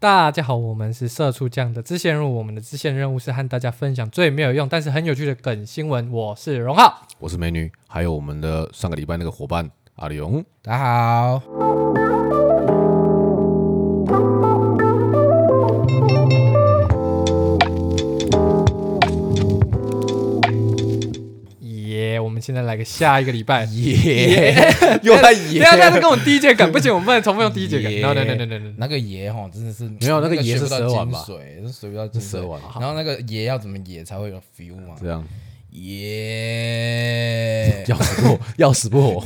大家好，我们是社畜酱的支线任务。我们的支线任务是和大家分享最没有用但是很有趣的梗新闻。我是荣浩，我是美女，还有我们的上个礼拜那个伙伴阿里荣。大家好，耶、我们现在来个下一个礼拜。耶， 又在耶不要不要再跟我第一节梗，不行，我们不能重复用第一节梗。耶 no no no no no no。那个爷哈，真的是没有那个爷是蛇丸吧水是水不到精是蛇丸 然后那个爷要怎么爷才会有 feel 嘛？这样 爷要死不活，要死不活。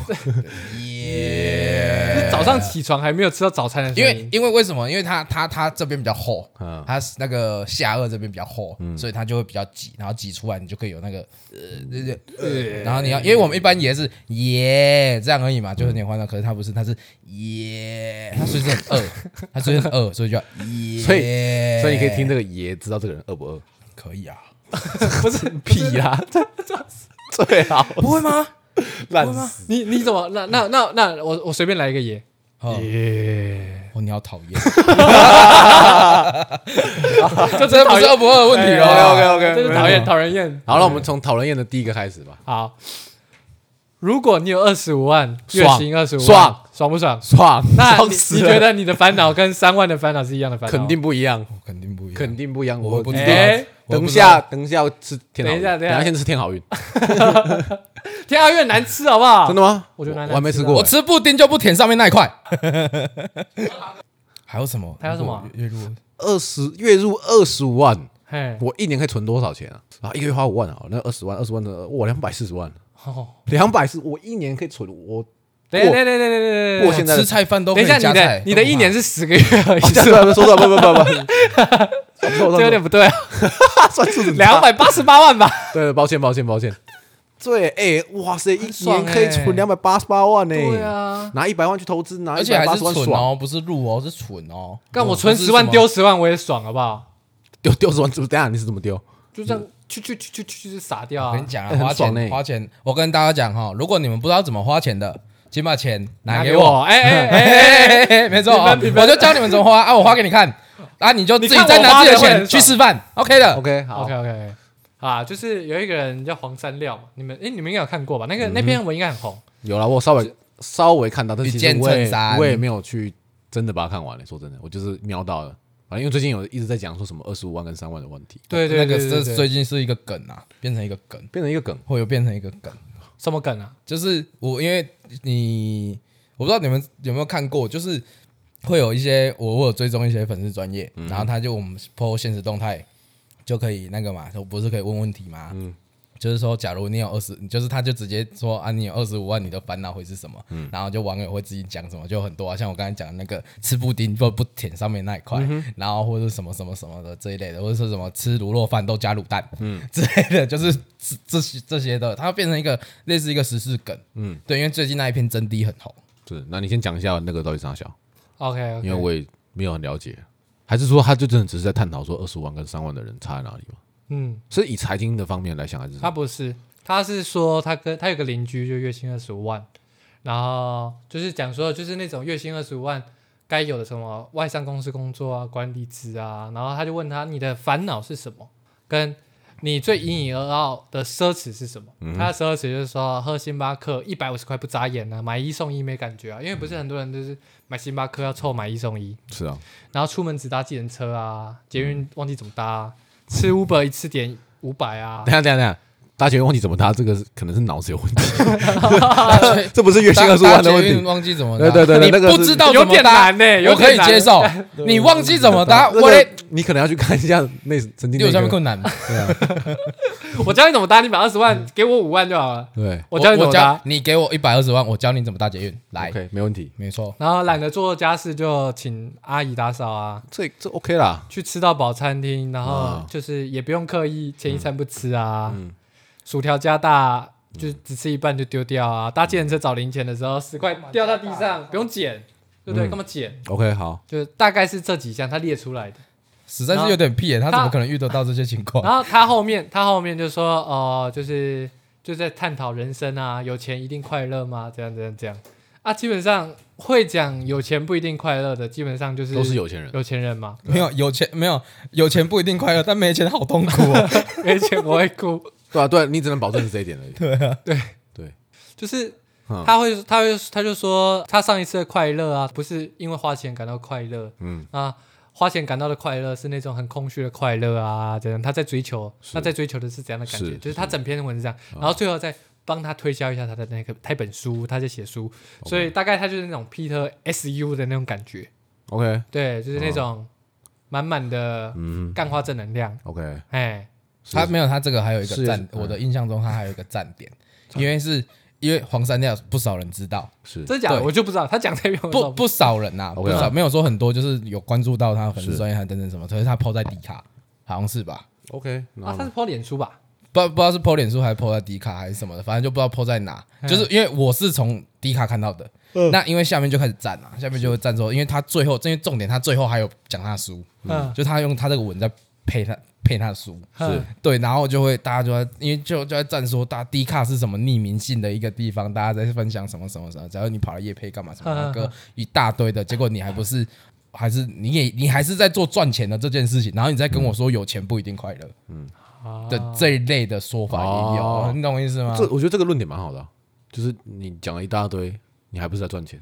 爷，早上起床还没有吃到早餐的因声音为因为为什么？因为他他他这边比较厚嗯，他那个下颚这边比较厚，所以他就会比较挤，然后挤出来你就可以有那个呃那个呃，然后你要，因为我们一般也是耶这样而已嘛，嗯就很点欢乐。可是他不是，他是耶，他所以是很饿，他所以很饿，所以就要耶，所以所以你可以听这个爷知道这个人饿不饿？可以啊，不是屁啦，最好不会吗？烂死。你你怎么那那那那我我随便来一个 耶哦，耶，哦你好讨 厌，这真这不讨是厌哎饿不饿的问哎题哦。 OK，OK，OK，这是讨厌讨人厌。好了，我们从讨人厌的第一个开始吧。好，如果你有二十五万月爽薪，二十五爽爽不爽？爽，那你爽死你了觉 得你的烦恼跟三万的烦恼是一样的烦恼？肯。定不一样，我肯定不一样，肯定不一样。我不知道哎，我等不一知道下，等一下要吃天好等运，一下等一下先吃天好运。天啊，越难吃好不好？真的吗？我觉得蛮难我还没吃吃的过我。吃布丁就不舔上面那一块。 还有什么？还有什么啊如果月入二十月入二十五万，嘿，我一年可以存多少钱啊？啊，一个月花五万啊，那二十万，二十万的哇，两百四十万，哦，两百四，我一年可以存我 等一下等一下等一下等一下等过一下现在的吃菜饭都可等以一下，加你的菜，你的一年是是十个月而已，哦，这样说错，不不不 不不，这有点不对啊，算数两百八十八万吧？对，抱歉抱歉抱歉。哎对，哎，哇塞，一爽年可以存两百八十八万呢。对，啊，拿一百万去投资，拿而一且百还八是十万蠢爽，哦，不是入哦，是蠢哦。干我不存是十万什么丢十万我也爽，好不好？丢丢十万，怎么？等一下你是怎么丢？就这样，去去去去去去撒掉我啊跟你！讲啊，很花爽欸钱花钱，我跟大家讲哈，如果你们不知道怎么花钱的，请把钱拿给我。我，哎哎哎哎哎，哎哎哎，没错啊，我就教你们怎么花啊，我花给你看啊，你就自己再拿自己的钱去吃饭，OK 的。呃 OK，好 OK，OK，OK。OK OK，啊，就是有一个人叫黄山料嘛，你们哎、你们应该有看过吧？那个、那篇文应该很红。有了，我稍微稍微看到，但是一其件实我也衬衫我也没有去真的把它看完了。欸说真的，我就是瞄到了。反正因为最近有一直在讲说什么二十五万跟三万的问题，对对那个对对这对最近是一个梗啊，变成一个梗，变成一个梗。会有变成一个梗。什么梗啊？就是我因为你，我不知道你们有没有看过，就是会有一些我我有追踪一些粉丝专业，然后他就我们 PO 现实动态就可以那个嘛，我不是可以问问题吗？嗯。就是说，假如你有二十，就是他就直接说啊，你有二十五万，你的烦恼会是什么？然后就网友会自己讲什么，就很多啊，像我刚才讲的那个吃布丁不不舔上面那一块，然后或者什么什么什么的这一类的，或者说什么吃卤肉饭都加卤蛋，嗯 之类的，就是这这些这些的，它变成一个类似一个时事梗，嗯，对，因为最近那一篇真谛很红，是，那你先讲一下那个到底啥小， OK，, 因为我也没有很了解，还是说他就真的只是在探讨说二十五万跟三万的人差在哪里吗？嗯，是以财经的方面来想，还是什么他不是，他是说他跟他有个邻居就月薪二十五万，然后就是讲说就是那种月薪二十五万该有的什么外商公司工作啊、管理职啊，然后他就问他你的烦恼是什么，跟你最引以而傲的奢侈是什么？他的奢侈就是说喝星巴克一百五十块不眨眼啊，买一送一没感觉啊，因为不是很多人就是买星巴克要凑买一送一，是啊，然后出门只搭计程车啊，捷运忘记怎么搭、啊，吃 Uber 一次点五百啊 等一，下等一下等一下，大家问题怎么他这个是可能是脑子有问题， 啊这不是月薪二十五万的问大家题，忘记怎么搭，对对对对那你个是不知道有怎么点搭，难呢、有我可以点难 接。受，你忘 记怎么搭，那我个嘞，你可能要去看一下那神经你有内下面科，困难吗？ 我教你怎么搭，你把二十万给我五万就好了。对我教你怎我么教搭。你给我一百二十万，我教你怎么搭捷运，来， ，OK，没问题，没错，然后懒得做家事，就请阿姨打扫啊，这这 OK 啦，去吃到饱餐厅，然后嗯就是也不用刻意前一餐不吃啊，薯条加大就只吃一半就丢掉啊，搭计程车找零钱的时候十块掉到地上不用捡，对不对？嗯干嘛捡？ OK，好，就大概是这几项他列出来的。实在是有点屁耶，他他怎么可能遇得到这些情况？然后他后面，他后面就说，哦、就是就在探讨人生啊，有钱一定快乐吗？这样这样这样啊，基本上会讲有钱不一定快乐的，基本上就是都是有钱人，有钱人 嘛， 没有有钱没有有钱不一定快乐，但没钱好痛苦 哦。没钱我会哭，对啊，对啊，你只能保证是这一点而已。 对啊，对对，就是嗯他会他会他就说他上一次的快乐啊，不是因为花钱感到快乐，嗯，啊，花钱感到的快乐是那种很空虚的快乐啊，这样他在追求，是他在追求的是怎样的感觉？是就是他整篇文章，然后最后再帮他推销一下他的那个他一本书，他在写书，所以大概他就是那种 Peter S U 的那种感觉， OK，对，就是那种满满的嗯干花正能量， ，OK，哎，是他没有，他这个还有一是个站，嗯我的印象中他还有一个站点，因为是因为黄山料不少人知道，是真假的对我就不知道，他讲这篇我不不不少人呐、不 OK 啊少没有说很多，就是有关注到他粉丝是专业还等等什么，可是他 PO 在迪卡，好像是吧？ OK，啊，然他后是抛脸书吧？不知道不知道是 PO 脸书还是 PO 在迪卡还是什么的，反正就不知道 PO 在哪。就是因为我是从迪卡看到的，那因为下面就开始站啊，下面就会站说，因为他最后，因为重点他最后还有讲他的书，嗯，就他用他这个文在配他配他的书，嗯对，然后就会大家就在，因为就就在站说，大家 D 卡是什么匿名性的一个地方，大家在分享什么什么什么，假如你跑来夜配干嘛什嗯么嗯嗯那个一大堆的，结果你还不是，还是你也你还是在做赚钱的这件事情，然后你再跟我说有钱不一定快乐啊的这一类的说法也有，嗯哦你懂我意思吗这？我觉得这个论点蛮好的啊，就是你讲了一大堆，你还不是在赚钱。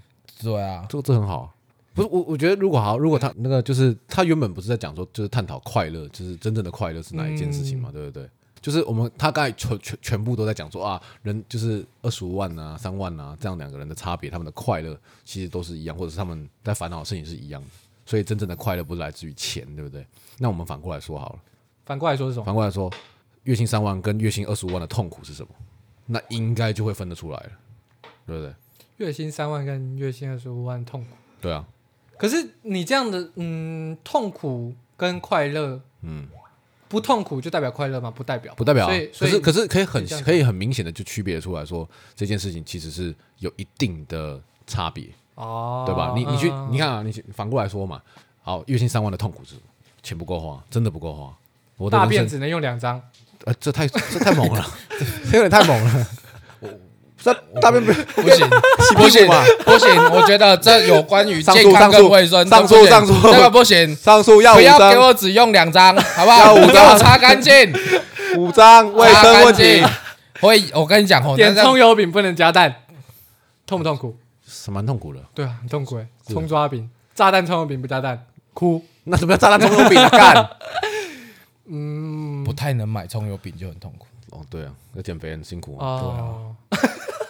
对啊，这个这很好啊。不是我，我觉得如果好，如果他那个就是他原本不是在讲说，就是探讨快乐，就是真正的快乐是哪一件事情嘛，对不对？就是我们他刚才全全全部都在讲说啊，人就是二十五万啊、三万啊这样两个人的差别，他们的快乐其实都是一样，或者是他们在烦恼的事情是一样的。所以真正的快乐不是来自于钱，对不对？那我们反过来说好了，反过来说是什么？反过来说，月薪三万跟月薪二十五万的痛苦是什么？那应该就会分得出来了，对不对？月薪三万跟月薪二十五万痛苦。对啊，可是你这样的，嗯，痛苦跟快乐，嗯，不痛苦就代表快乐吗？不代表，不代表、啊所以，可所以是可是可以很是这样可以很明显的就区别出来说，这件事情其实是有一定的差别，哦，对吧？你你去嗯你看啊，你去反过来说嘛，好，月薪三万的痛苦是什么？钱不够花，真的不够花。我的大人便生，只能用两张，呃，这太这太猛了，这有点太猛 了。 这大便不是不行，不行，不行，我觉得这有关于上诉健康上跟诉卫生，上诉这不上行诉这个不行，上述要不五要给张，我只用两张，好不要好？五给我张擦干净。五张卫生问题擦干净，会，我跟你讲吼，点那葱个油饼不能加蛋，痛不痛苦？是蛮痛苦的。对啊，很痛苦哎，是葱抓饼、炸弹葱油饼不加蛋，哭。 那怎么要炸弹葱油饼啊干？不太能买葱油饼就很痛苦。哦，对啊，要减肥很辛苦啊，哦，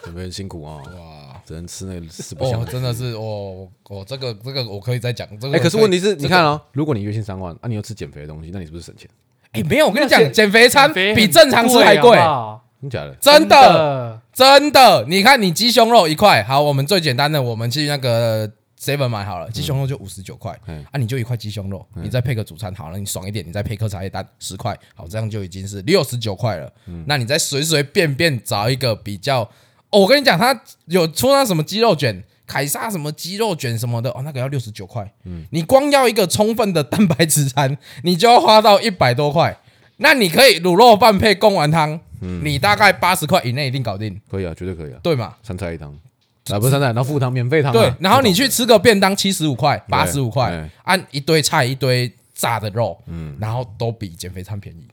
减肥很辛苦啊，哇，只能吃那个四不像哦，。真的是，哦，我这个这个我可以再讲。这个哎、可是我以问题是，你，看这个啊、如果你月薪三万，啊，你又吃减肥的东西，那你是不是省钱？哎，没有，我跟你那讲，些减肥餐减肥很比正常吃还贵好贵，不好，真假的？真的的。真的。你看，你鸡胸肉一块，好，我们最简单的，我们去那个 seven 买好了，鸡胸肉就五十九块，嗯啊，你就一块鸡胸肉，你再配个主餐好了，你爽一点，你再配颗茶叶蛋十块，好，这样就已经是六十九块了。那你再随随便便找一个比较，哦，我跟你讲，他有出那什么鸡肉卷。凯撒什么鸡肉卷什么的哦，那个要六十九块。嗯，你光要一个充分的蛋白质餐，你就要花到一百多块。那你可以卤肉饭配贡丸汤，你大概八十块以内一定搞定，可以啊，绝对可以啊，对嘛？三菜一 汤，啊，不是三菜，然后副汤免费汤啊、对，然后你去吃个便当，七十五块、八十五块对，按一堆菜、一堆炸的肉，嗯，然后都比减肥餐便宜。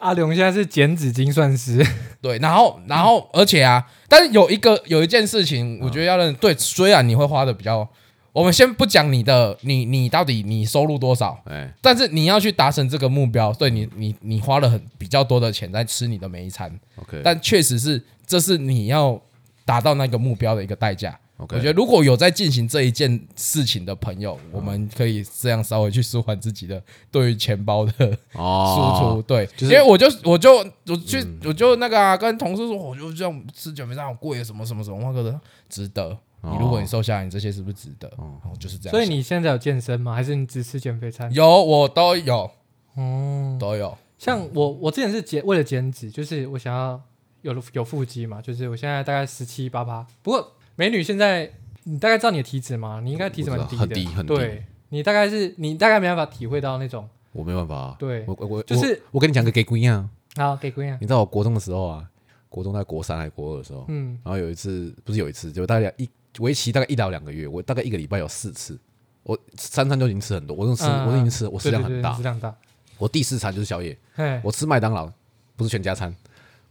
阿龙现在是减脂精算啊师，对，然后，然后，而且啊，但是有一个有一件事啊情，我觉得要认对，虽然你会花的比较，我们先不讲你的，你你到底你收入多少，哎、但是你要去达成这个目标，对你你你花了很比较多的钱在吃你的每一餐， o k 但确实是这是你要达到那个目标的一个代价。 OK，我觉得如果有在进行这一件事情的朋友，我们可以这样稍微去舒缓自己的对于钱包的输得哦，出。对，就是嗯因为我就我就我去我就那个啊，跟同事说，我就这样吃卷面好贵，什么什么什么，那个值得。哦你如果你瘦下来，你这些是不是值得？哦，就是啊这样想。所以你现在有健身吗？还是你只吃减肥餐？有我都有哦，都有，像我，我之前是减为了减脂，就是我想要有有腹肌嘛，就是我现在大概十七八八。不过美女现在，你大概知道你的体脂吗？你应该体脂蛮低的，我知道很低很低对你大概是你大概没办法体会到那种我没办法、啊，对我我我就是我我跟你讲个给姑娘，啊，给姑娘，你知道我国中的时候啊，国中在国三还国二的时候，嗯然后有一次不是有一次，就大概一为期大概一到两个月，我大概一个礼拜有四次，我三餐就已经吃很多，我那种吃、嗯我已经吃了，我食量对对很对大，食量大。我第四餐就是宵夜，嘿，我吃麦当劳，不是全家餐，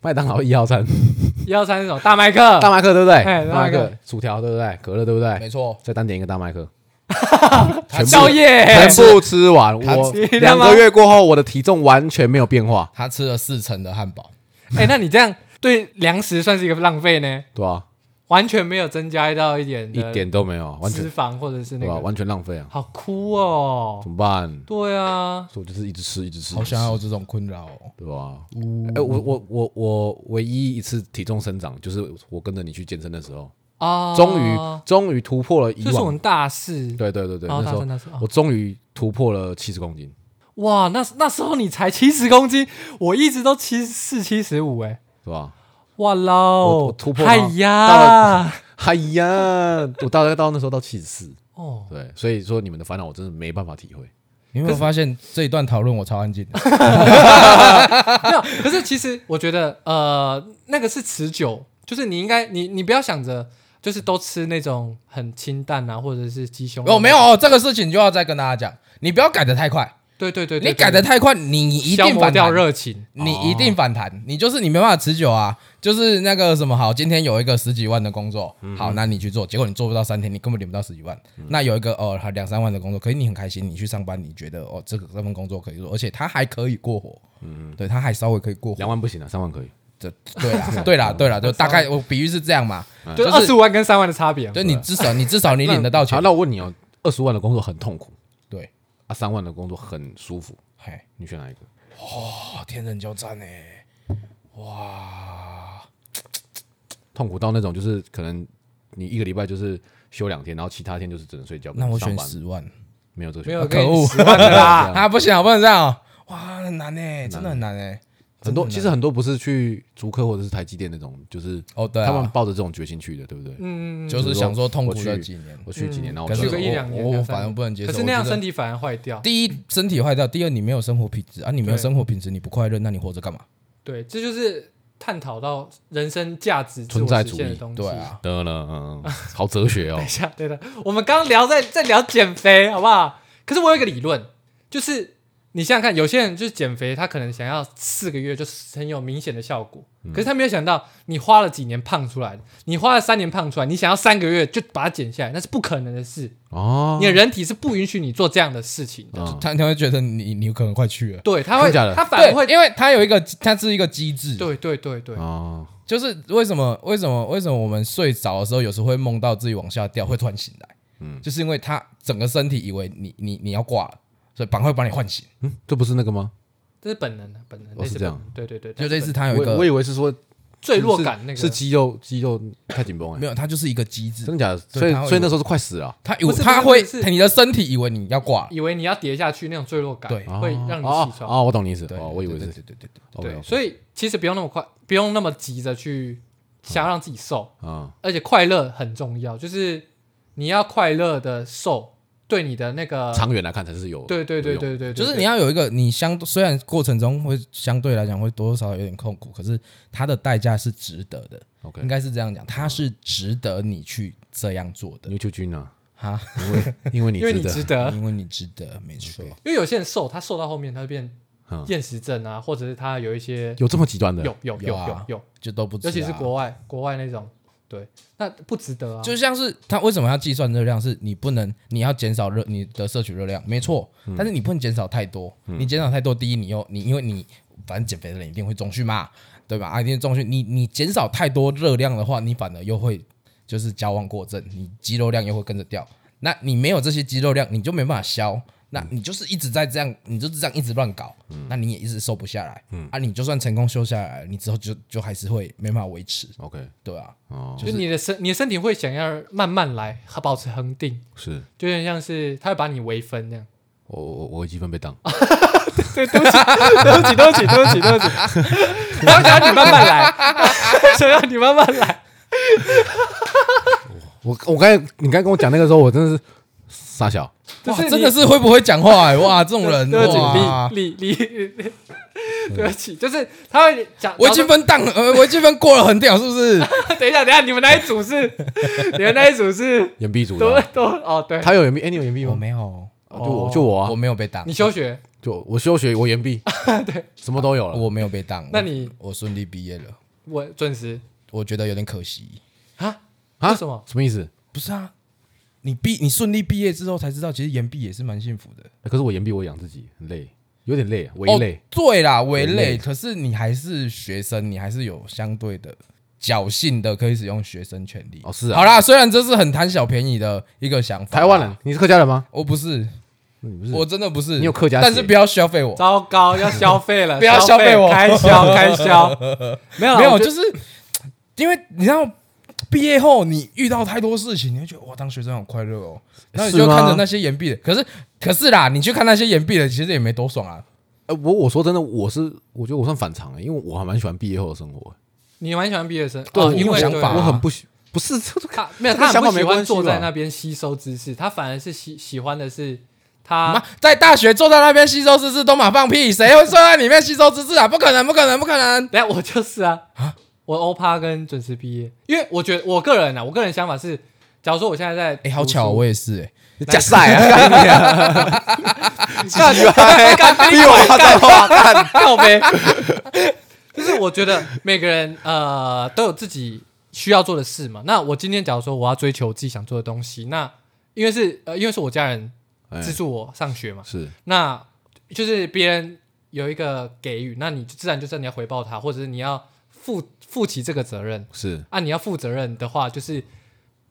麦当劳一号餐，一二三那种大麦克，大麦克对不对？嘿大大麦麦克克薯条对不对？可乐对不对？没错，再单点一个大麦克，全部宵夜，全部吃完。他我吃你他两妈个月过后，我的体重完全没有变化，他吃了四成的汉堡，哎、那你这样对粮食算是一个浪费呢，对吧、完全没有增加到一点一的点都没有，完全脂肪或者是那对吧？个，完全浪费啊，好哭哦怎。么办？对啊，所以我就是一直吃，一直吃，好一直吃想要有这种困扰、哦。对吧？哎、我我我我唯一一次体重生长，就是我跟着你去健身的时候，啊，终于终于突破了以这是我往们。大事。对对对对，哦大那时候三大四哦我终于突破了七十公斤，哇，那那时候你才七十公斤，我一直都七四七十五哎，是吧？ 哇我喽我，突破哎到呀了，哎呀，我大概到那时候到七十四，哦，对，所以说你们的烦恼我真的没办法体会。你有没有发现这一段讨论我超安静的？没有。可是其实我觉得，呃，那个是持久，就是你应该，你你不要想着就是都吃那种很清淡啊，或者是鸡胸肉 哦，没有，哦，这个事情就要再跟大家讲，你不要改的太快，对对对，对你改的太快，你一消定磨反掉弹，热哦情，你一定反弹，你就是你没办法持久啊。就是那个什么好，今天有一个十几万的工作，嗯好，那你去做，结果你做不到三天，你根本领不到十几万。那有一个哦，好两三万的工作，可是你很开心，你去上班，你觉得哦，这个这份工作可以做，而且他还可以过活，嗯，对，他还稍微可以过活。两万不行啊，三万可以。这对啦，对啦，对啦，就大概我比喻是这样嘛，嗯就嗯就二是十五万跟三万的差别啊。就你至少你至少你领得到好，钱，那我问你哦，二十万的工作很痛苦对，啊，三万的工作很舒服，嘿。你选哪一个？哦，天人交战哎，哇！痛苦到那种就是可能你一个礼拜就是休两天，然后其他天就是只能睡觉。那不我能上选班十万，没有这个没选有项。给可恶你十万的 啦，啊，不行啊，不能这样哦，哇，很难哎，真的很难哎。很多其实很多不是去竹科或者是台积电那种，就是哦，对他们啊，抱着这种决心去的，对不对？嗯，就是想说痛苦了我去几年，我去几年，然后可我是比就如说一两年我我两我三年反而不能接受。可是那样身体，体反而坏掉。第一身体坏掉，第二你没有生活品质啊，你没有对生活品质，你不快乐，那你活着干嘛？对，这就是探讨到人生价值、自存我在实主现的义东西。对，啊，得了，嗯，嗯好哲学哦 等一。下，对的，我们刚聊在在聊减肥，好不好？可是我有一个理论，就是你想想看，有些人就是减肥，他可能想要四个月就很有明显的效果，嗯可是他没有想到，你花了几年胖出来的，你花了三年胖出来，你想要三个月就把它减下来，那是不可能的事。哦你，的人体是不允许你做这样的事情的。嗯他他会觉得你你可能快去了。对，他会，真假的他反而会对，，因为他有一个，他是一个机制，对对对对，哦，就是为什么为什么为什么我们睡着的时候有时候会梦到自己往下掉，会突然醒来？嗯，就是因为他整个身体以为你你你要挂了，所以板会把你唤醒。嗯，这不是那个吗？这是本能的本能，哦类似是这样本能，对对对，就这类是似他有一我我个以为是说坠落感那个是肌肉肌肉太紧绷没哎，有，他就是一个机制，真的假的？所以他会所以那时候是快死了啊。他有不是不他是会不是你的身体以为你要挂了，以为你要跌下去那种坠落感，对会让哦你起哦床。哦，我懂你意思。对，哦，我以为对是对对对对，对， OK，所以其实不用那么快，不用那么急着去想要让自己瘦，啊，而且快乐很重要，就是你要快乐的瘦，对你的那个嗯，长远来看才是有对对对有用对对，对就是对你要有一个你相虽然过程中会相对来讲会多多少少有点痛苦，可是它的代价是值得的， OK 应。该是这样讲，嗯它是值得你去这样做的牛秋君啊，哈，因为因为你因为你值值得，得，因为你值嗯得，没错。因为有些人瘦，他瘦到后面他会变嗯厌食症啊，或者是他有一些有这么极端的？有有有有有啊有，就都不值、啊，尤其是国外国外那种，对，那不值得啊，就像是它为什么要计算热量？是你不能，你要减少热你的摄取热量，没错，但是你不能减少太多。你减少太多，第一，你又你因为你反正减肥的人一定会中训嘛，对吧？啊，一定中训。你你减少太多热量的话，你反而又会就是矫枉过正，你肌肉量又会跟着掉。那你没有这些肌肉量，你就没办法消。那你就是一直在这样，你就是这样一直乱搞，那你也一直瘦不下来。啊，你就算成功瘦下来，你之后就就还是会没办法维持， OK 对啊吧、哦，就是你的身你的身体会想要慢慢来，保持恒定，是就有点像是他会把你微分那样。我我我积分被当，对不起，对不起，对不起，对不 起。我想要你慢慢来， 想要你慢慢来。我我刚才你刚才跟我讲那个时候，我真的是傻小，就哇，是真你的是会不会讲话、 欸？哇，这种人对不起哇，，李李李， 对不起，就是他会讲。微积分档，呃，微积分过了很屌，是不是？等一下，等一下，你们那一组 是，你们那一组是岩壁组的都啊，都哦，对，哦他有岩壁，哎，你有岩壁我吗？没有，啊就我就我我啊，没有被当你，休学，就我休学，我 岩壁，对， 什么都有了。我没有被当。那你我我顺利毕业了，我准时我觉得有点可惜。啊？啊为什么？什么意思？不是啊，你毕你顺利毕业之后才知道，其实延毕也是蛮幸福的。可是我岩壁，我养自己很累，有点累，我哦一累。对啦，微微累。累可是你还是学生，你还是有相对的侥幸的可以使用学生权利。哦是啊好啦，虽然这是很贪小便宜的一个想法。哦台湾人，，啊你是客家人吗？我不是，那你不是？我真的不是。你有客家血但是不要消费我。糟糕，要消费 了，不要消消费我开销开 销，没有啦没有，啊我觉得就是因为你知道。毕业后，你遇到太多事情，你会觉得哇，当学生好快乐哦。然后你是就吗看着那些岩壁的，可是可是啦，你去看那些岩壁的，其实也没多爽啊。呃，我我说真的，我是我觉得我算反常欸，因为我还蛮喜欢毕业后的生活欸。你蛮喜欢毕业生，对哦我因有为想对法我啊很不喜，不是这个他没有，这跟他想法很不喜没欢关系坐在吧那边吸收知识，他反而是喜喜欢的是他妈，在大学坐在那边吸收知识，都马放屁，谁会坐在里面吸收知识啊？不可能，不可能，不可能！等一下我就是啊，我欧趴跟准时毕业，因为我觉得我个人啊，我个人想法是，假如说我现在在，哎哎、好巧，我也是、哎，假 赛啊，干你啊干干逼我干我干干我呗，就是我觉得每个人呃都有自己需要做的事嘛。那我今天假如说我要追求自己想做的东西，那因为是呃因为是我家人 哎资助我上学嘛，是那就是别人有一个给予，那你自然就是你要回报他，或者是你要负负起这个责任。是啊，你要负责任的话，就是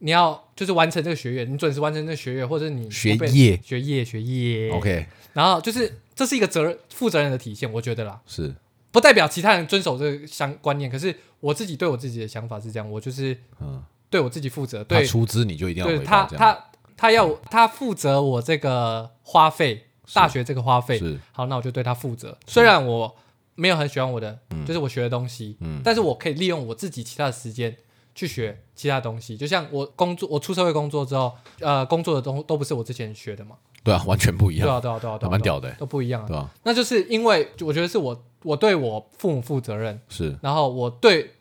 你要就是完成这个学业，你准时完成这个学业，或者你学不被业学业、学业。 ，OK，然后就是这是一个责任、负责任的体现，我觉得啦，是不代表其他人遵守这个相观念。可是我自己对我自己的想法是这样，我就是嗯，对我自己负责，他对，出资你就一定要对回他报，这样他他要他负责我这个花费，大学这个花费，是好，那我就对他负责。虽然我没有很喜欢我的，就是我学的东西，嗯但是我可以利用我自己其他的时间去学其他东西。就像我工作，我出社会工作之后，呃，工作的东都不是我之前学的嘛，对啊，完全不一对样，啊，对啊，对啊，对啊，蛮对啊屌的欸，都不一样对啊。吧？那就是因为我觉得是我我对我父母负责任，是然后我对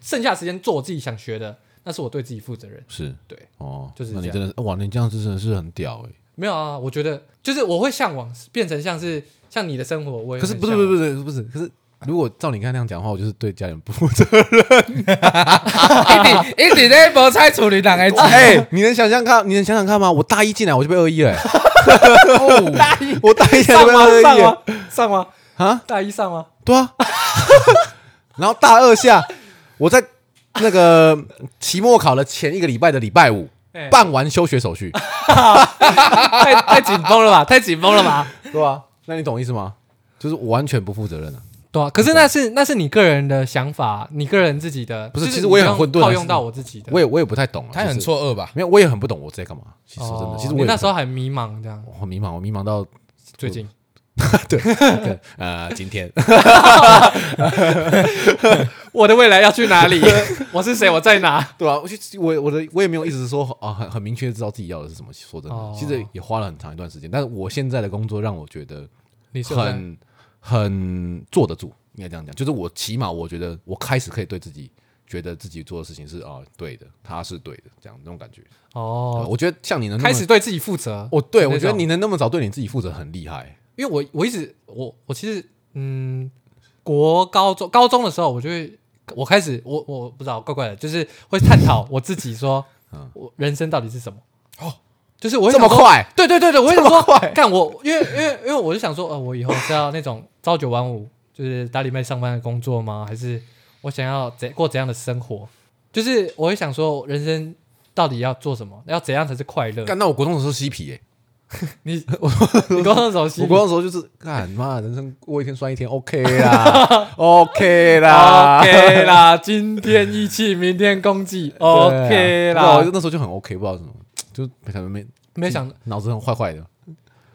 剩下的时间做我自己想学的，那是我对自己负责任。是，对，哦，就是那你这真的是哇，你这样真的是很屌哎，没有啊，我觉得就是我会向往变成像是像你的生活，我也可是很不是向不是往不是不是，可是如果照你刚才那样讲的话，我就是对家人不负 责。 一直一直在无菜处理人的啊菜，哎，你能想象看，你能想想看吗？我大一进来我就被恶意了欸，我大一进来哦上就被吗？恶上意了吗？上吗？啊。大一上吗？对啊， 然后大二下，我在那个期末考的前一个礼拜的礼拜五哎办完休学手续，太太紧绷了吧？太紧绷了吧？对啊，那你懂意思吗？就是我完全不负责任啊，对啊，可是那是那是你个人的想法，你个人自己的，不是就其实我也很你不用混沌啊套是用到我自己的。我也我也不太懂啊，他很就是，错愕吧？没有，我也很不懂我在干嘛。其实说真哦的，其实你我也那时候不很迷茫，这样我很迷茫，我迷茫到最近呃 今 天我的未来要去哪里？ 我是谁？我在哪？对啊，我去我我的我也没有一直说啊很很明确地知道自己要的是什么。说真哦的，其实也花了很长一段时间，但是我现在的工作让我觉得你是有在很很坐得住，应该这样讲。就是我起码我觉得我开始可以对自己觉得自己做的事情是啊、对的，他是对的，这样那种感觉。对哦，我觉得像你能那么开始，对自己负责。我对那我觉得种你能那么早对你自己负责很厉害。因为我我一直我我其实嗯，国高中高中的时候，我就会我开始我我不知道怪怪的，就是会探讨我自己说，我人生到底是什么。哦，就是我会嗯这么想说快？对对对对，我会想这么说快，干我因为因为因为我就想说，呃，我以后是要那种朝九晚五，就是打理妹上班的工作吗？还是我想要怎过怎样的生活？就是我会想说，人生到底要做什么？要怎样才是快乐？干，那我国中的时候嬉皮耶、你 你高中的时候我是国中的时候就是干妈，人生过一天算一天，OK 啦，OK 啦 OK 啦，今天义气，明天公 祭对啊，OK 不知道啦我。那时候就很 OK，不知道什么，就可能没没有想脑子很坏坏的。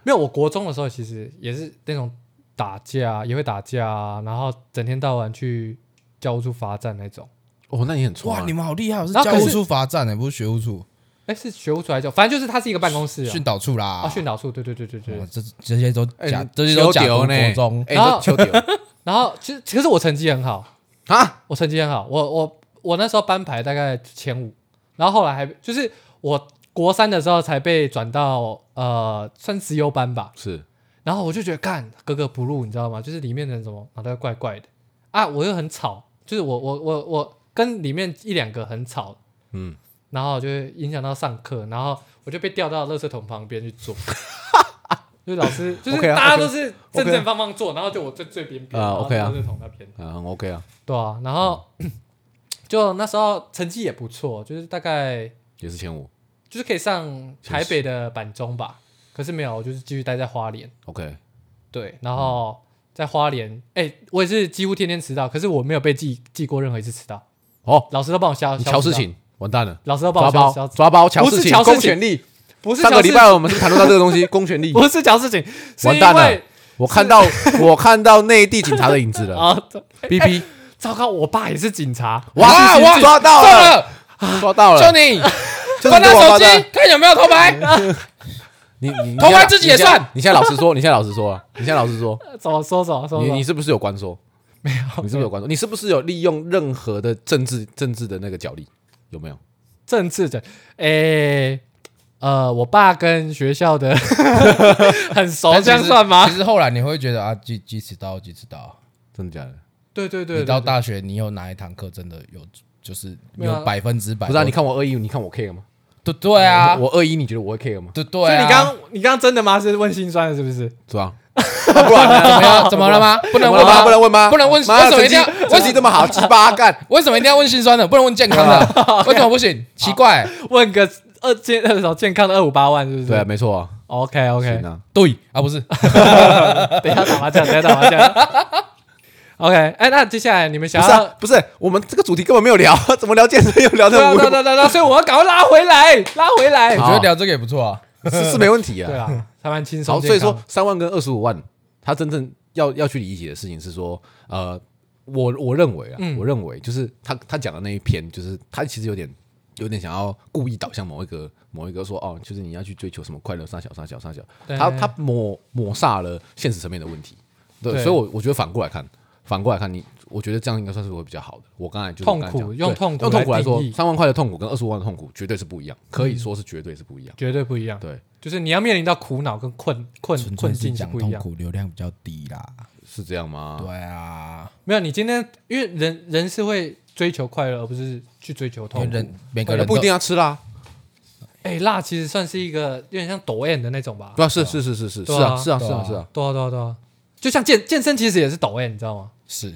没有，我国中的时候其实也是那种打架，也会打架啊，然后整天到晚去教务处罚站那种。哦，那你很冲啊哇，你！们好厉害！我是然后教可是欸务处罚站哎、不是学务处。哎，是学务处还是教反正就是它是一个办公室训啊导处啦啊，，训哎导处，嗯对对对对对哦。这这些都假，这些都秋假丢国呢国中，哎，然后都秋丢然后其实可是我成绩很好， 啊，我成绩很好，我我我那时候班排大概前五，然后后来还就是我国三的时候才被转到呃算资优班吧，是然后我就觉得干格格不入，你知道吗？就是里面的人怎么脑袋怪怪的啊，我又很吵，就是我我我我跟里面一两个很吵，嗯，然后就会影响到上课，然后我就被调到垃圾桶旁边去坐。 就是老师，就是 OK 啊大家都是正 OK 正方方坐，然后就我最最边边，啊然后 OK 啊垃圾桶那边。啊很，OK 啊，对啊，然后 就那时候成绩也不错，就是大概也是前五就是可以上台北的板中吧，可是没有，我就是继续待在花莲。 ，OK，对，然后在花莲，哎、我也是几乎天天迟到，可是我没有被记记过任何一次迟到，哦，老师都帮我消你乔消事迟到，情完蛋了，老师都帮我消抓包消，抓包，乔不事是情乔，事公情权力。不是上个小礼事拜我们是谈论到这个东西，公权 力。不是小事情，是完因蛋了为我看到我看到内地警察的影子 了。啊、 B B，糟糕，我爸也是警察，哇哇，抓到算了，啊了，抓到就了，你就关是他我手发机的。，看有没有偷拍。你你偷拍自己也算。你现在你现在老实说，你现在老实说啊，你现在老实 说，怎么说怎么说？你怎么你说是不是有关说？没有你是不是有关说？你是不是有利用任何的政治政治的那个角力？有没有？政治的，哎、呃，我爸跟学校的 很熟，但这样其实算吗其？实后来你会觉得啊，记记迟到，记迟到。真的假的？对对对你到对，大学，你有哪一堂课真的有，就是没有啊有百分之百？不是啊，你看我二一，你看我 care 吗？对对啊，我二一，你觉得我会 care 吗？对所对以啊。你刚你刚真的吗？是问心酸的，是不是？是吧？ 啊不然呢 怎 么样？怎么了吗？不怎能么问了吗？吗？不能问吗？不能问妈为什么成一定要绩成绩这么好，鸡巴 干！为什么一定要问心酸的？不能问健 康的？为什么不行？奇怪。问个二健二手健康的二五八万，是不是？对啊，没错啊。 OK OK，行啊，对啊，不是，哎等一下打麻将，等一下打麻将。OK，哎，那接下来你们不想是要啊，不是，我们这个主题根本没有聊， 怎么聊健身又聊对这啊无对啊对啊对啊，所以我要赶快拉回来，拉回来我。觉得聊这个也不错啊。是是没问题啊。对啊，还蛮轻好，松。所以说，三万跟二十五万，他真正要要去理解的事情是说，呃，我我认为啊，嗯我认为就是他他讲的那一篇，就是他其实有点有点想要故意导向某一个某一个说哦，就是你要去追求什么快乐三小三小三小，对他他抹抹煞了现实层面的问题，对，对所以我我觉得反过来看，反过来看你，我觉得这样应该算是会比较好的。我刚才就是痛我刚才苦讲用对痛苦用痛苦来来说定义，嗯三万块的痛苦跟二十五万的痛苦绝对是不一样，可以说是绝对是不一样，绝对不一样，对，就是你要面临到苦恼跟困困困境是不一样。啊苦，流量比较低啦。是这样吗？对啊，没有，你今天因为人人是会追求快乐，而不是去追求因痛为苦。人每个那人不一定要吃啦，哎，辣其实算是一个有点像抖 M 的那种吧。对啊，是是是是是是对啊啊是啊是对啊啊是啊，对啊对啊对啊，就像健健身其实也是抖 M，你知道吗？都是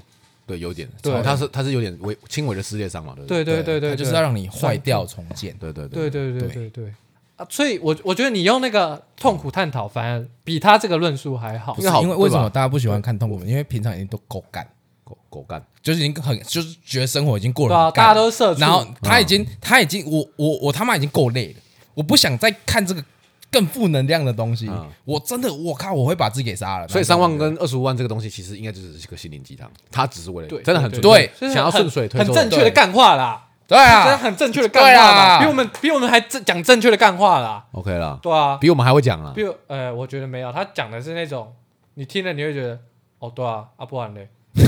对，有点，对哦他是他是有点微轻微的撕裂伤嘛，对不对对对对对，对它就是要让你坏掉重建。对对对对对对对对对啊！所以我我觉得你用那个痛苦探讨，反而比他这个论述还好啊不应是该好因为为什对么吧大家不喜欢看痛苦？因为平常已经都够干，狗狗干，就是已经很就是觉得生活已经过对了啊，很干大家都是社畜，然后他已经他已经我我我他妈已经够累了，我不想再看这个更负能量的东西嗯。我真的我靠，我会把自己给杀了。所以三万跟二十五万这个东西其实应该就只是个心灵鸡汤，他只是为了对真的很对纯粹对就是想要很顺水推很舟，正确的对干话啦，对真的啊，很正确的干话对啦，啊比我们比我们还正讲正确的干话啦， OK 啦，对啊，比我们还会讲啊比，如呃，我觉得没有，他讲的是那种你听了你会觉得哦，对啊，啊不然嘞，对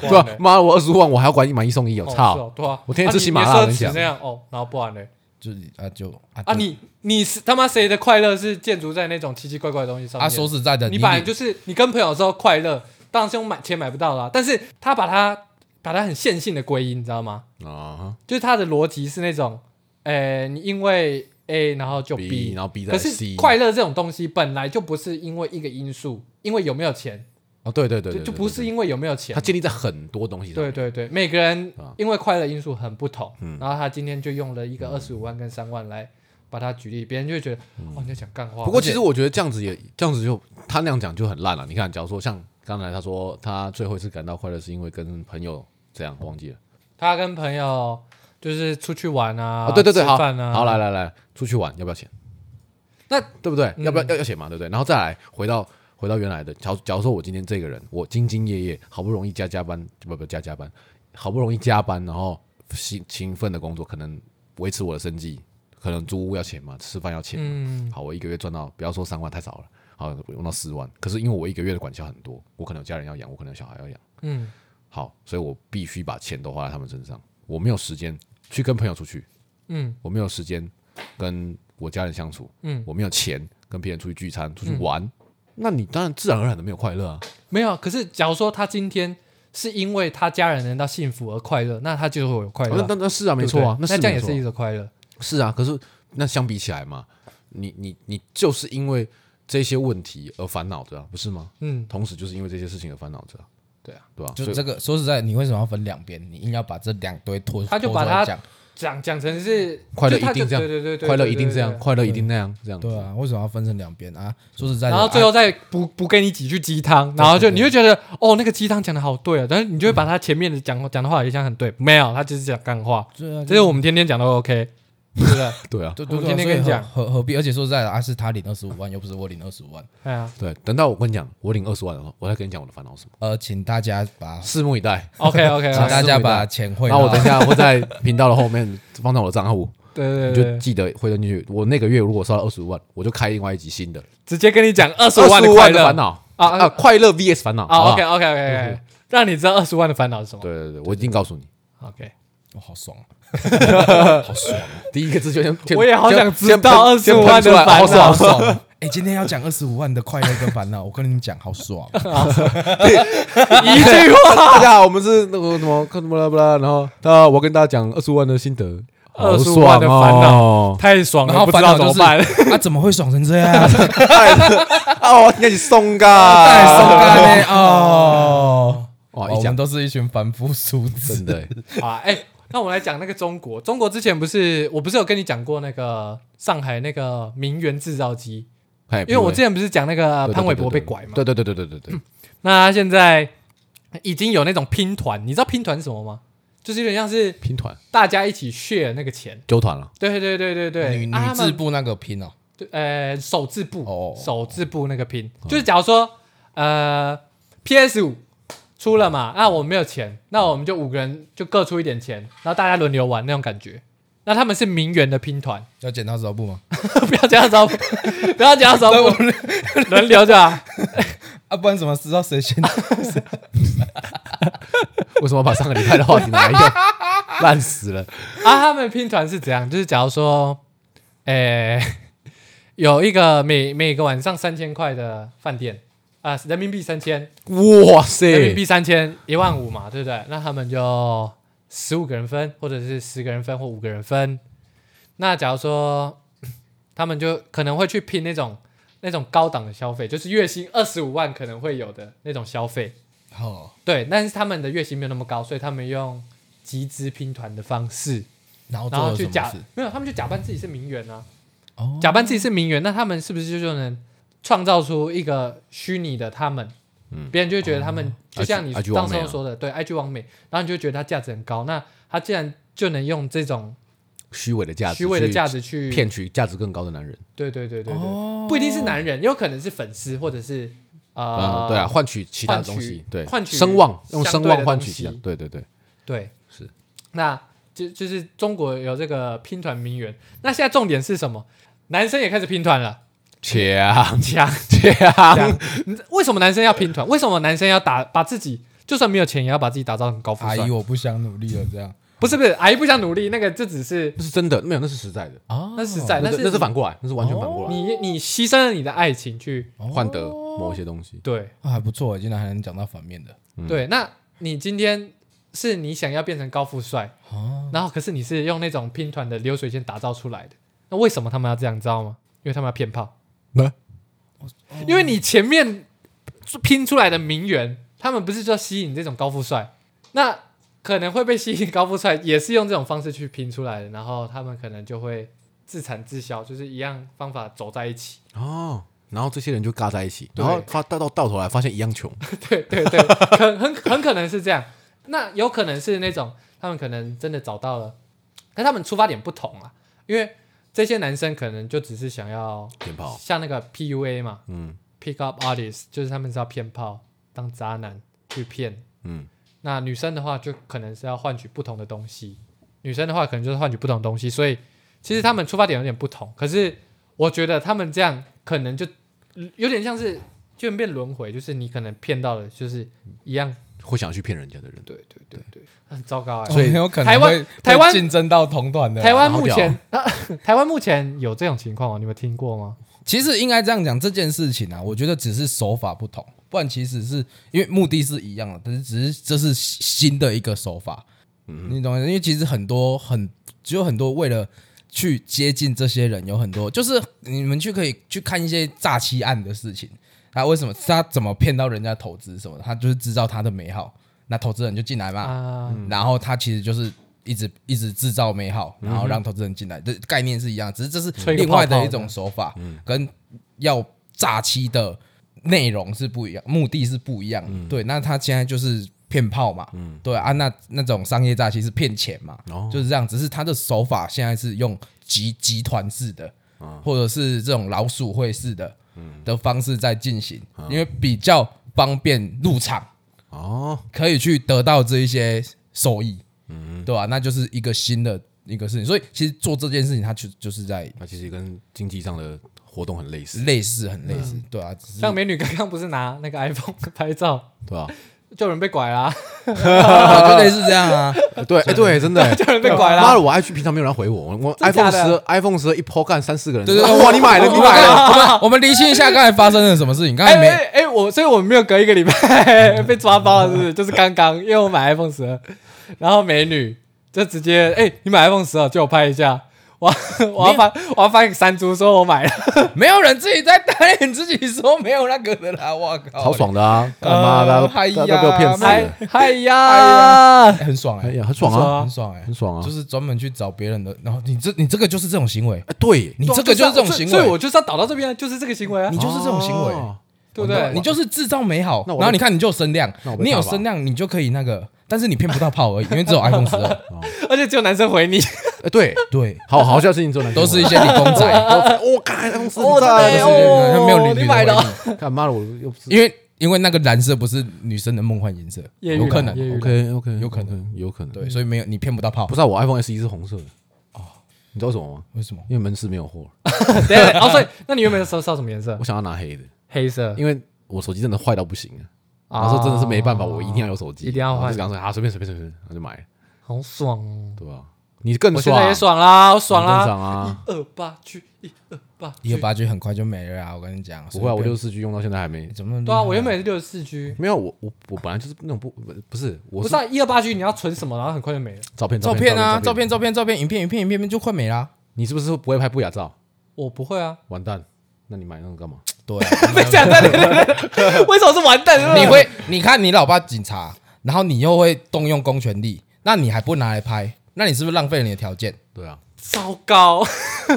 对吧？妈，我二十五万我还要管你买一送一，有我操，，对啊，我天天吃啊你喜马你拉奢我跟你侈讲那样哦，然后不然嘞，就是啊就啊就你你是他妈谁的快乐是建筑在那种奇奇怪怪的东西上面？啊说实在的，你你本来就是你跟朋友的时候快乐，当然是用买钱买不到啦、但是他把它把它很线性的归因，你知道吗？啊，就是他的逻辑是那种，呃，你因为 A 然后就 B， B，然后 B 再可来是 C 快乐这种东西本来就不是因为一个因素，因为有没有钱，哦，对对对，就对就对不对是对因为有没有钱它。建立在很多东西上对面，对对，每个人啊因为快乐因素很不同，嗯然后他今天就用了一个二十五万跟三万来把它举例，别人就会觉得、哦你在讲干话。嗯不过而且其实我觉得这样子也这样子就他那样讲就很烂了。你看，假如说像刚才他说他最后一次感到快乐是因为跟朋友这样，我忘记了他跟朋友就是出去玩啊，啊，对对对，吃好，饭啊，好，来来来，出去玩要不要钱？那对不对？嗯要不要要要钱嘛？对不对？然后再来回到回到原来的，假如假如说我今天这个人，我兢兢业业，好不容易加加班，不不加加班，好不容易加班，然后勤勤奋的工作，可能维持我的生计，可能租屋要钱嘛，吃饭要钱嘛。嗯，好，我一个月赚到，不要说三万太少了，好，我用到四万。可是因为我一个月的管教很多，我可能有家人要养，我可能有小孩要养，嗯，好，所以我必须把钱都花在他们身上。我没有时间去跟朋友出去，嗯，我没有时间跟我家人相处，嗯，我没有钱跟别人出去聚餐、出去玩。那你当然自然而然的没有快乐啊，没有啊。可是假如说他今天是因为他家人能到幸福而快乐，那他就会有快乐那啊，那那是对啊，不没错啊，对是那这样没也错是啊一种快乐。是啊，可是那相比起来嘛，你你你就是因为这些问题而烦恼着啊，不是吗？嗯，同时就是因为这些事情而烦恼着啊，对啊，对吧、就所以这个，说实在，你为什么要分两边？你硬要把这两堆拖，他就拖出来把它讲，讲讲成是快乐就他一定就这样对对对对，快乐对一定这。对样，对对快乐一定那样，这样子对。啊，为什么要分成两边啊？说实在的，然后最啊后再补补给你几句鸡 汤，然后就你会觉得哦，那个鸡汤讲的好对啊，但是你就会把他前面的 讲讲的话也想很对，没有，他就是讲干话，对啊，这是我们天天讲都 OK，对不对？对啊，对我们今对对啊，天所以跟你讲何何何必？而且说实在的，啊，是他领二十五万，又不是我领二十五万。哎呀，对。等到我跟你讲，我领二十万的时候，我再跟你讲我的烦恼是什么，呃，请大家把，拭目以待。 OK OK， 请拭大家目以待把钱汇然到。后我等一下会在频道的后面放到我 的账户，对对对你就对，记得汇登进去。我那个月如果收到二十五万，我就开另外一集新的直接跟你讲二十25万的快万乐烦恼啊啊，快乐 VS 烦恼啊好不好，OK OK OK，让你知道二十万的烦恼是什么。对对对，我一定告诉你， OK，哇好爽啊， 第一个字就先，先我也好先想知先喷道25先喷万的出来烦好爽恼好好爽爽啊！哎，今天要讲二十五万的快乐跟烦恼，我跟你讲，好 爽啊。一句话，大家好，我们是那个什么看什么啦不啦，然后大家我跟大家讲二十万的心得，好25爽万的烦恼哦，太爽然了，后不知烦道恼怎就么是办。 啊，怎么会爽成这 样？啊，我应该是送噶，太爽了呢哦！哇，我一们讲都是一群凡夫俗子。真的欸，好啊，哎、那我们来讲那个中国。中国之前不是我不是有跟你讲过那个上海那个名媛制造机？嘿因为我之前不是讲那个对对对潘玮对柏对被拐嘛？对对对对对对对，那他现在已经有那种拼团，你知道拼团是什么吗？就是有点像是拼团大家一起 share 那个钱。纠团了，对对对对对，女啊女他字们部那个拼哦，对呃手字部哦手字部那个拼，就是假如说呃 PS 五出了嘛，那我们没有钱，那我们就五个人就各出一点钱，然后大家轮流玩那种感觉。那他们是名媛的拼团， 要剪刀石头布 吗？不要讲招呼， 不要讲招呼，轮流就好。啊，不然怎么知道谁 先？为什么把上个礼拜的话题拿来用？烂死了，啊，他们拼团是怎样？就是假如说，诶、 有一个每每个晚上三千块的饭店啊、人民币三千，哇人民塞，币三千一万五嘛，对不对？那他们就十五个人分，或者是十个人分，或五个人分。那假如说他们就可能会去拼那种那种高档的消费，就是月薪二十五万可能会有的那种消费。哦，对，但是他们的月薪没有那么高，所以他们用集资拼团的方式，然哦然后做后了去什么假事？没有，他们就假扮自己是名媛啊，哦，假扮自己是名媛，那他们是不是就就能创造出一个虚拟的他们？嗯别人就会觉得他们、就像你 IG 当王时美啊候说的，对，IG 王美，然后你就会觉得它价值很高。那他既然就能用这种虚伪的价值，虚伪的价值去去骗哦取价值更高的男人对对对对对，不一定是男人，也有可能是粉丝或者是啊啊、，对啊，换取其他的换取东西，对，换取声望，用相声对望的换东取其他西，对对对，对，是。那就就是中国有这个拼团名媛，那现在重点是什么？男生也开始拼团了，强强强，强！为什么男生要拼团？为什么男生要打把自己？就算没有钱，也要把自己打造很高富阿帅姨，。我不想努力了，这样不是不是，阿姨不想努力，那个就只是那是真的，没有，那是实在的，啊那实在，哦那但是是那是反过来，那是完全反哦过来，你你牺牲了你的爱情去换得某些东西。对啊还不错，竟然还能讲到反面的对。那你今天是你想要变成高富帅，啊！然后可是你是用那种拼团的流水线打造出来的，那为什么他们要这样，你知道吗？因为他们要骗炮。那因为你前面拼出来的名媛，他们不是说吸引这种高富帅，那可能会被吸引高富帅，也是用这种方式去拼出来的，然后他们可能就会自产自销，就是一样方法走在一起。哦，然后这些人就尬在一起，对然后发到到到头来发现一样穷， 对对对，很很很可能是这样。那有可能是那种他们可能真的找到了，但他们出发点不同啊，因为这些男生可能就只是想要骗炮。像那个 PUA 嘛，嗯 pick up artist，就是他们是要骗炮、当渣男去骗。嗯，那女生的话，就可能是要换取不同的东西。女生的话，可能就是换取不同的东西，所以其实他们出发点有点不同，可是我觉得他们这样可能就有点像是就变轮回，就是你可能骗到了，就是一样。会想去骗人家的人。对对对对，很糟糕哎、所以很哦有可能台湾会台湾会竞争到同团的啊。台湾好目屌前， 台湾目前有这种情况吗？你们听过吗？其实应该这样讲，这件事情啊，我觉得只是手法不同，不然其实是因为目的是一样的，但是只是这是新的一个手法，你懂吗？因为其实很多很只有很多为了去接近这些人，有很多就是你们去可以去看一些诈欺案的事情，他为什么他怎么骗到人家投资什么的，他就是制造他的美好，那投资人就进来嘛，啊、然后他其实就是一直一直制造美好，然后让投资人进来，这概念是一样，只是这是嗯吹个另外泡泡的的嗯一种手法，跟要诈欺的内容是不一样，目的是不一样。嗯对，那他现在就是骗炮嘛，对啊，那那种商业诈欺是骗钱嘛，哦就是这样。只是他的手法现在是用集集团式的，啊或者是这种老鼠会式的嗯的方式在进行，啊因为比较方便入场。哦，可以去得到这一些收益，嗯，对吧、那就是一个新的一个事情，所以其实做这件事情，它就就是在那其实跟经济上的活动很类似，类似，很类似，对啊，只嗯是像美女刚刚不是拿那个 iPhone 拍照，对 吧、就有人被拐啦、就类似这样 啊，呃对，哎、对，真的、 欸，就有人被拐妈啦、的，我 IG 平常没有人回我，我真假 iPhone 的十 iPhone 十一抛干三四个人，对对对哇，你买了，你买了，我们厘清一下刚才发生了什么事情，刚哎才没、哎哎，我所以我没有隔一个礼拜 被抓包了，是不是？就是刚刚，因为我买 iPhone 十二，然后美女就直接哎、你买 iPhone 十二，借我拍一下。我要我要发我要发给山猪说我买了，没有人自己在打脸自己说没有那个 的啦，我靠， 超，爽的啊！干嘛呃的？嗨呀大家都被我骗死嗨了，嗨哎呀！很爽哎、哎呀，很爽很爽啊！啊很爽哎、很爽啊就是专门去找别人的，然后你这你这个就是这种行为，哎，对，你这个就是这种行为，啊所以我就是要导到这边，就是这个行为啊你，就是这种行为。哦对不对？你就是制造美好，那我然后你看你就有声量那我，被你有骂吧声量你就可以那个，但是你骗不到炮而已，因为只有 iPhone 十二，而且只有男生回你，哎，对，对，好好笑的事情做的都是一些理工 仔，我看 iPhone 十很真的赞耶都就是哦是没有女你买的的回应，干嘛的？我又不是因为因为那个蓝色不是女生的梦幻颜色，业余啦有可能业余啦 OK OK，有可能，有可能，对，所以没有你骗不到炮不，是啊，我 iPhone S 一是红色的哦，你知道为什么吗？为什么？因为门市没有货，对对，哦，所以那你原本是收到什么颜色我？想要拿黑的，黑色，因为我手机真的坏到不行啊。啊然后说真的是没办法，我一定要有手机，一定要换然后就讲说啊，随便随便随便，然后就买了，好爽哦！对吧？你更我现爽啊，在也爽啦，我爽你更啦，爽啊！二八去一二八去，一个八 G 很快就没了啊！我跟你讲，不会啊，随我便六四 G 用到现在还没，怎么那么厉害对啊，我原本也是六十四 G，没有我我我本来就是那种不不不是我不是啊一二八 G，你要存什么，然后很快就没了。照片照片片啊，照照，片照片照片，影片影片影片就快没啦。你是不是不会拍不雅照？我不会 啊，完蛋，那你买那个干嘛？对啊， 被讲在 为什么是完蛋？你会你看你老爸警察，然后你又会动用公权力，那你还不拿来拍，那你是不是浪费了你的条件？对啊，糟糕，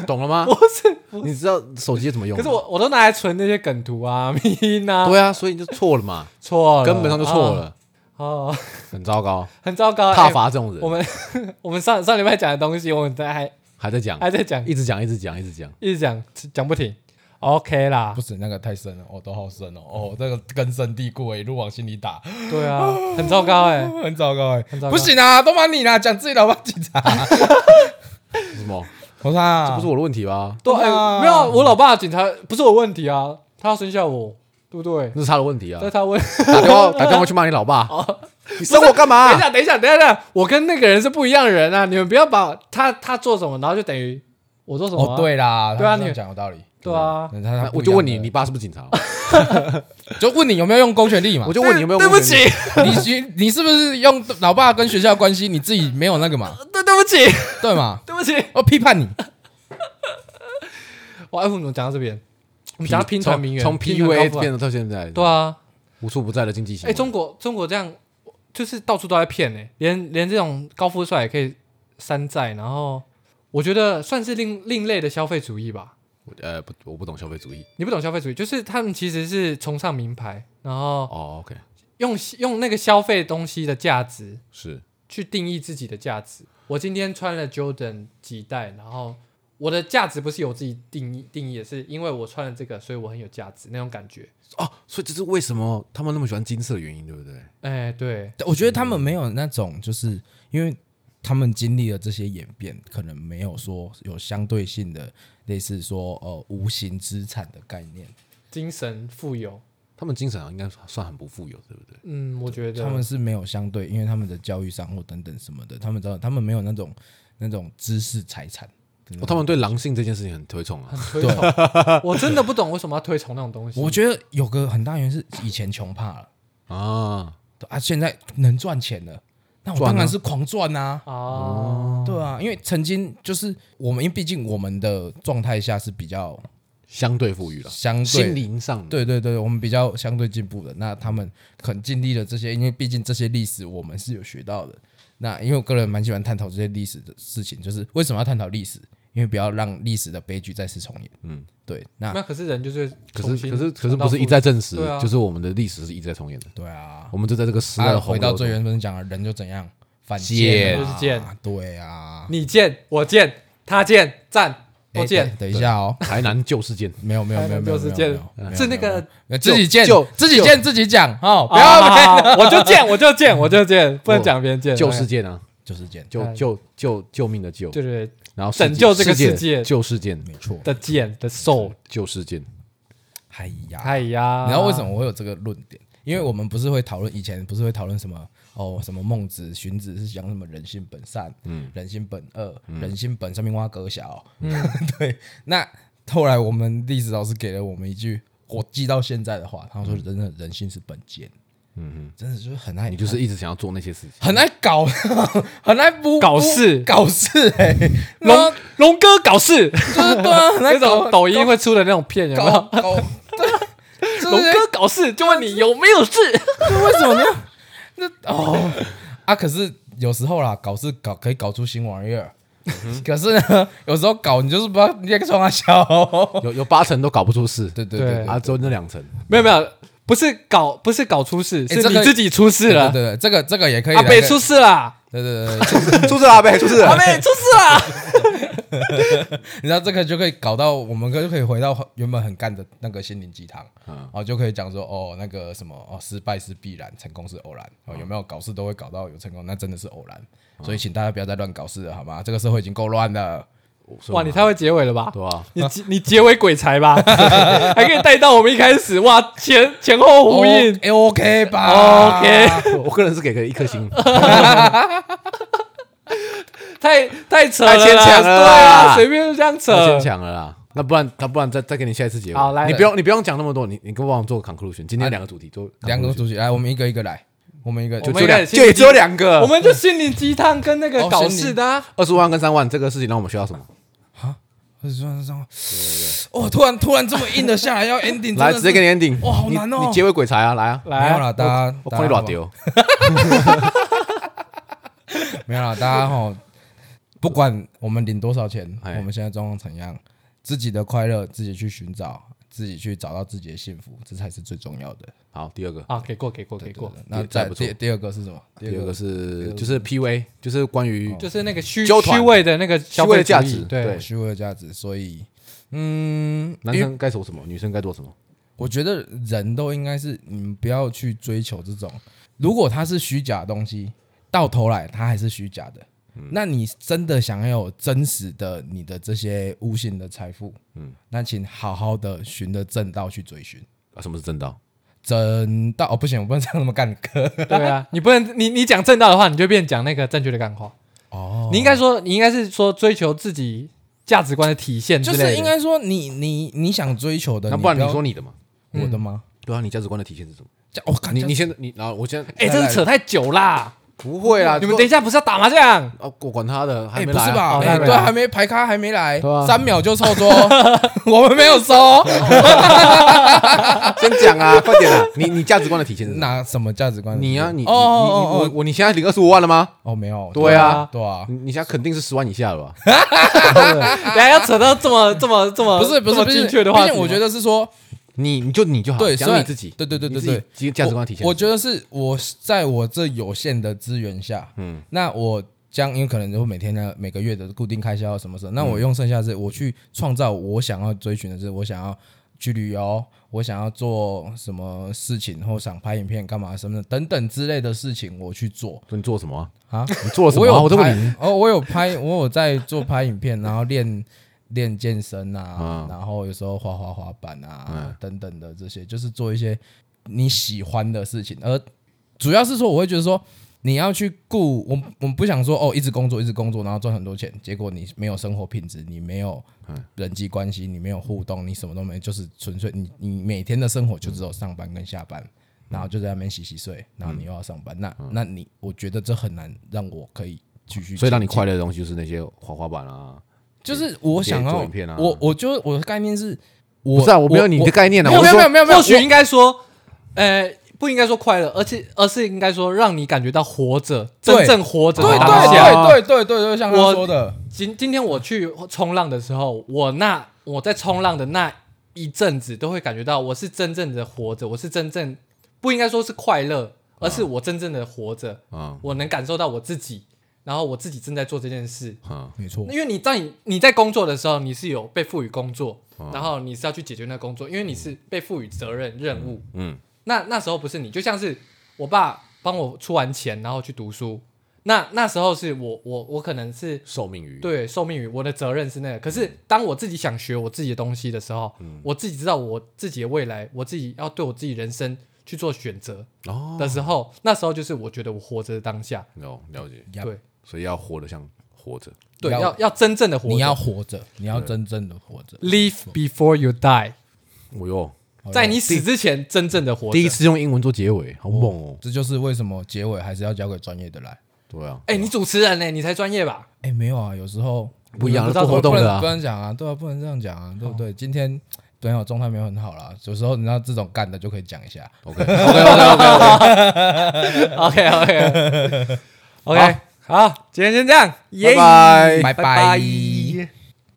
懂了吗？ 不是，你知道手机怎么用？可是我我都拿来存那些梗图啊、 咪呐，对啊，所以你就错了 嘛，错了，根本上就错了，啊哦，很糟糕，很糟糕。踏哎伐这种我人，们 我们上上礼拜讲的东西，我们在还还在讲，还在讲，一直讲，一直讲，一直讲。一直讲讲不停。OK 啦不，是那个太深了，哦，都好深哦，哦，这个根深蒂固哎，一路往心里打， 对 啊，很糟糕哎、很糟糕哎很糟，糕不行啊，都骂你啦，讲自己老爸警察，什么？我说啊，这不是我的问题吧？对，哎对啊没有啊，我老爸警察不是我问题啊，他要生下我，对不对？那是他的问题啊但！他问，打电 话打电话去骂你老爸，你生我干嘛哦等一？下，等一下，等一下等一下，我跟那个人是不一样的人啊！你们不要把他他做什么，然后就等于我做什么啊、哦，对啦，对啊他这样你讲有道理，对啊，嗯他他那不我一样就问的 你，你爸是不是警察？就问你有没有用公权力嘛我？就问你有没有？对不起，， 你你你是不是用老爸跟学校的关系，你自己没有那个嘛？对对不起，对嘛？对不起，我批判你，我爱护你们讲到这边，我们讲到拼团名媛，从拼团高 PUA 富帅变得到现在，对啊，无处不在的经济哎、行为。中国中国这样就是到处都在骗哎、连连这种高富帅也可以山寨，然后我觉得算是另另类的消费主义吧。呃不，我不懂消费主义。你不懂消费主义，就是他们其实是崇尚名牌，然后哦，OK，用用那个消费东西的价值是去定义自己的价值。我今天穿了 Jordan 几代，然后我的价值不是由自己定义定义的，是因为我穿了这个，所以我很有价值那种感觉。哦，所以这是为什么他们那么喜欢金色的原因，对不对？嗯哎，对，我觉得他们没有那种，就是因为他们经历了这些演变，可能没有说有相对性的类似说呃无形资产的概念，精神富有，他们精神上应该算很不富有，对不对？嗯，我觉得他们是没有相对，因为他们的教育上或等等什么的，他们知道他们没有那种那种知识财产。哦他们对狼性这件事情很推崇啊，很推崇，我真的不懂为什么要推崇那种东西。我觉得有个很大原因是以前穷怕了啊，对啊，现在能赚钱了，那我赚啊哦当然是狂赚啊。啊，对啊，因为曾经就是我们，因为毕竟我们的状态下是比较相对富裕了，相心对，灵上的对对对，我们比较相对进步的。那他们很尽力了这些，因为毕竟这些历史我们是有学到的。那因为我个人蛮喜欢探讨这些历史的事情，就是为什么要探讨历史？因为不要让历史的悲剧再次重演。嗯，对，那那可是人就是可重是新可是可是重到不是一复再证实对啊，就是我们的历史是一再重演的，对啊，我们就在这个时代的啊洪回流到中最原本讲的，人就怎样反贱啊就是贱对啊，你见我见他见赞哎我见，等等一下哦，。台南旧事件没有没有没有没有，就是没有见没有没有是那没有没有个呃自己见就，自己见自己讲哦，不不要要，我就见我就见我就见，不能讲别人见，旧事件啊，就是见，救哎救救救命的救，对对对然后世拯界救这个世世界旧事件，没错。的见的 soul，旧事件，哎呀，哎呀，你知道为什么我会有这个论点？因为我们不是会讨论以前不是会讨论什么哦什么孟子、荀子是讲什么人性本善，嗯，人性本恶，人性本上面挖格小，嗯， 对。那后来我们历史老师给了我们一句我记到现在的话，他说真的人性是本贱，嗯嗯，真的就是很爱你就是一直想要做那些事情。很爱搞，很爱不搞事不搞事 哎、欸，龙龙哥搞事，就是对啊，很爱那搞种抖音会出的那种片有没搞有？搞，对，啊就龙是哥搞事，就问你有没有事？为什么呢？那哦啊，可是有时候啦，搞事搞可以搞出新玩意儿，嗯可是呢， 有时候搞你就是不知道你在冲他笑、有有八成都搞不出事，对对对对啊，只有那两成。没有没有，不是搞不是搞出事， 是哎这你个自己出事对了对，对，这个这个也可以阿来。北出事啦，对对对对，出事了，阿贝，出事 阿北出事啦，你知道这个就可以搞到我们就可以回到原本很干的那个心灵鸡汤，嗯然后就可以讲说哦那个什么哦失败是必然，成功是偶然，哦有没有搞事都会搞到有成功，那真的是偶然，嗯所以请大家不要再乱搞事了好吗？这个社会已经够乱了。哇，你太会结尾了吧？对啊，你结你结尾鬼才 吧，还可以带到我们一开始哇前前后呼应，哦哎 OK 吧 OK 我我个人是给个一颗星，太太扯了太啦，牵强了对啊，啦随便就这样扯，太牵强了啦。那不然，那不然再再给你下一次结尾。好来你不用你不用讲那么多，你你跟我做个 conclusion。今天两个主题做两个 conclusion，主题，来，我们一个一个来，我们一个我就们就一两开始就也只有先两个。我们就心灵鸡汤跟那个哦搞心事灵的啊，二十万跟三万这个事情让我们学到什么？二十万张，哦，突然突然这么硬的下来要 ending，来，直接给你 ending。哇好难哦你你结尾鬼才啊，来啊！没有来，啦，大家我看你乱，丢。大家没有啦，大家吼，不管我们领多少钱，哎我们现在状况怎样，自己的快乐自己去寻找，自己去找到自己的幸福，这才是最重要的。好，第二个，啊，给过给过给过，那这还再不错第第二个是什么？第第二个是就是 PV，就是关于哦就是那个虚纠团虚伪的那个消费主义虚伪的价值对对，虚伪的价值，所以，嗯，男生该做什么，女生该做什么。我觉得人都应该是，你们不要去追求这种，如果它是虚假的东西，到头来它还是虚假的。嗯那你真的想要有真实的你的这些无形的财富，嗯，那请好好的循着正道去追寻啊什么是正道？正道。哦，不行，我不能这样那么干 哥。对啊，你不能你你讲正道的话，你就变讲那个正确的干话，哦，你应该说你应该是说追求自己价值观的体现之就类的，是应该说你你你想追求的，那不然你要说你的嘛？我的吗？对啊，你价值观的体现是什么？这我感你觉你现在你，然后我现在哎，这是扯太久啦，不会啊，你们说等一下不是要打麻将？哦，我管他的，还哎没不来啊是吧？哦哎还没对，来还没排咖还没来对啊，三秒就凑桌， 我们没有收。先讲啊，快点啊！你你价值观的体现是什么？哪什么价值观？你啊，你你你哦哦我我你现在领二十五万了吗？哦，没有，对啊，对啊你，你现在肯定是十万以下了吧？等一下要扯到这么这么这么不是不呃这是么不精是，确的话毕题竟吗，我觉得是说，你你就你就好，对虽讲然你自己，对对对你对自己对自己价值观的体现我觉得是我在我这有限的资源下，嗯，那我将因为可能就每天的每嗯个月的固定开销什么什么，那我用剩下的是我去创造我想要追寻的是我想要去旅游，我想要做什么事情，或想拍影片干嘛什么的等等之类的事情，我去做说你做什么啊？啊。你做了什么我啊、有我在拍问你，哦，我有拍，我有在做拍影片，然后练练健身啊嗯，然后有时候滑滑滑板啊嗯等等的这些，就是做一些你喜欢的事情。而主要是说，我会觉得说。你要去顾我，我们不想说哦，一直工作，一直工作，然后赚很多钱，结果你没有生活品质，你没有人际关系，你没有互动，你什么都没，就是纯粹你你每天的生活就只有上班跟下班，然后就在那边洗洗睡，然后你又要上班，那那你我觉得这很难让我可嗯以继续，所以让你快乐的东西就是那些滑滑板啊。就是我想做要影片啊我我就我的概念是，我不是啊，我没有你的概念啊。没有我没是有说没有没有，没有或许我应该说，呃，不应该说快乐，而且而是应该说让你感觉到活着，对真正活着对的对当啊下。对对对对对，像他我说的，今今天我去冲浪的时候，我那我在冲浪的那一阵子，都会感觉到我是真正的活着，我是真正不应该说是快乐，而是我真正的活着，嗯我能感受到我自己，然后我自己正在做这件事。嗯没错，因为你在你你在工作的时候，你是有被赋予工作，啊嗯然后你是要去解决那工作，因为你是被赋予责任任务。嗯那那时候不是你，就像是我爸帮我出完钱，然后去读书。那那时候是我我我可能是受命于对受命于我的责任是那个。可是当我自己想学我自己的东西的时候，嗯我自己知道我自己的未来，我自己要对我自己人生去做选择哦，的时候，那时候就是我觉得我活着的当下，有了解， Yup 对所以要活得像活着。对，要要要真正的活着，你要活着，你要真正的活着。 live before you die，我哟，好在了你死之前真正的活着。第一，次用英文做结尾，好猛哦。这就是为什么结尾还是要交给专业的来。对啊，哎、你主持人呢、你才专业吧？哎，没有啊，有时候不一样我做活动的啊哦不能不能讲啊，对啊，不能这样讲啊，对不对？今天朋友状态没有很好啦，有时候你知道这种干的就可以讲一下。 OK， OK OK OK，好，今天先这样，耶哎拜拜拜拜拜拜。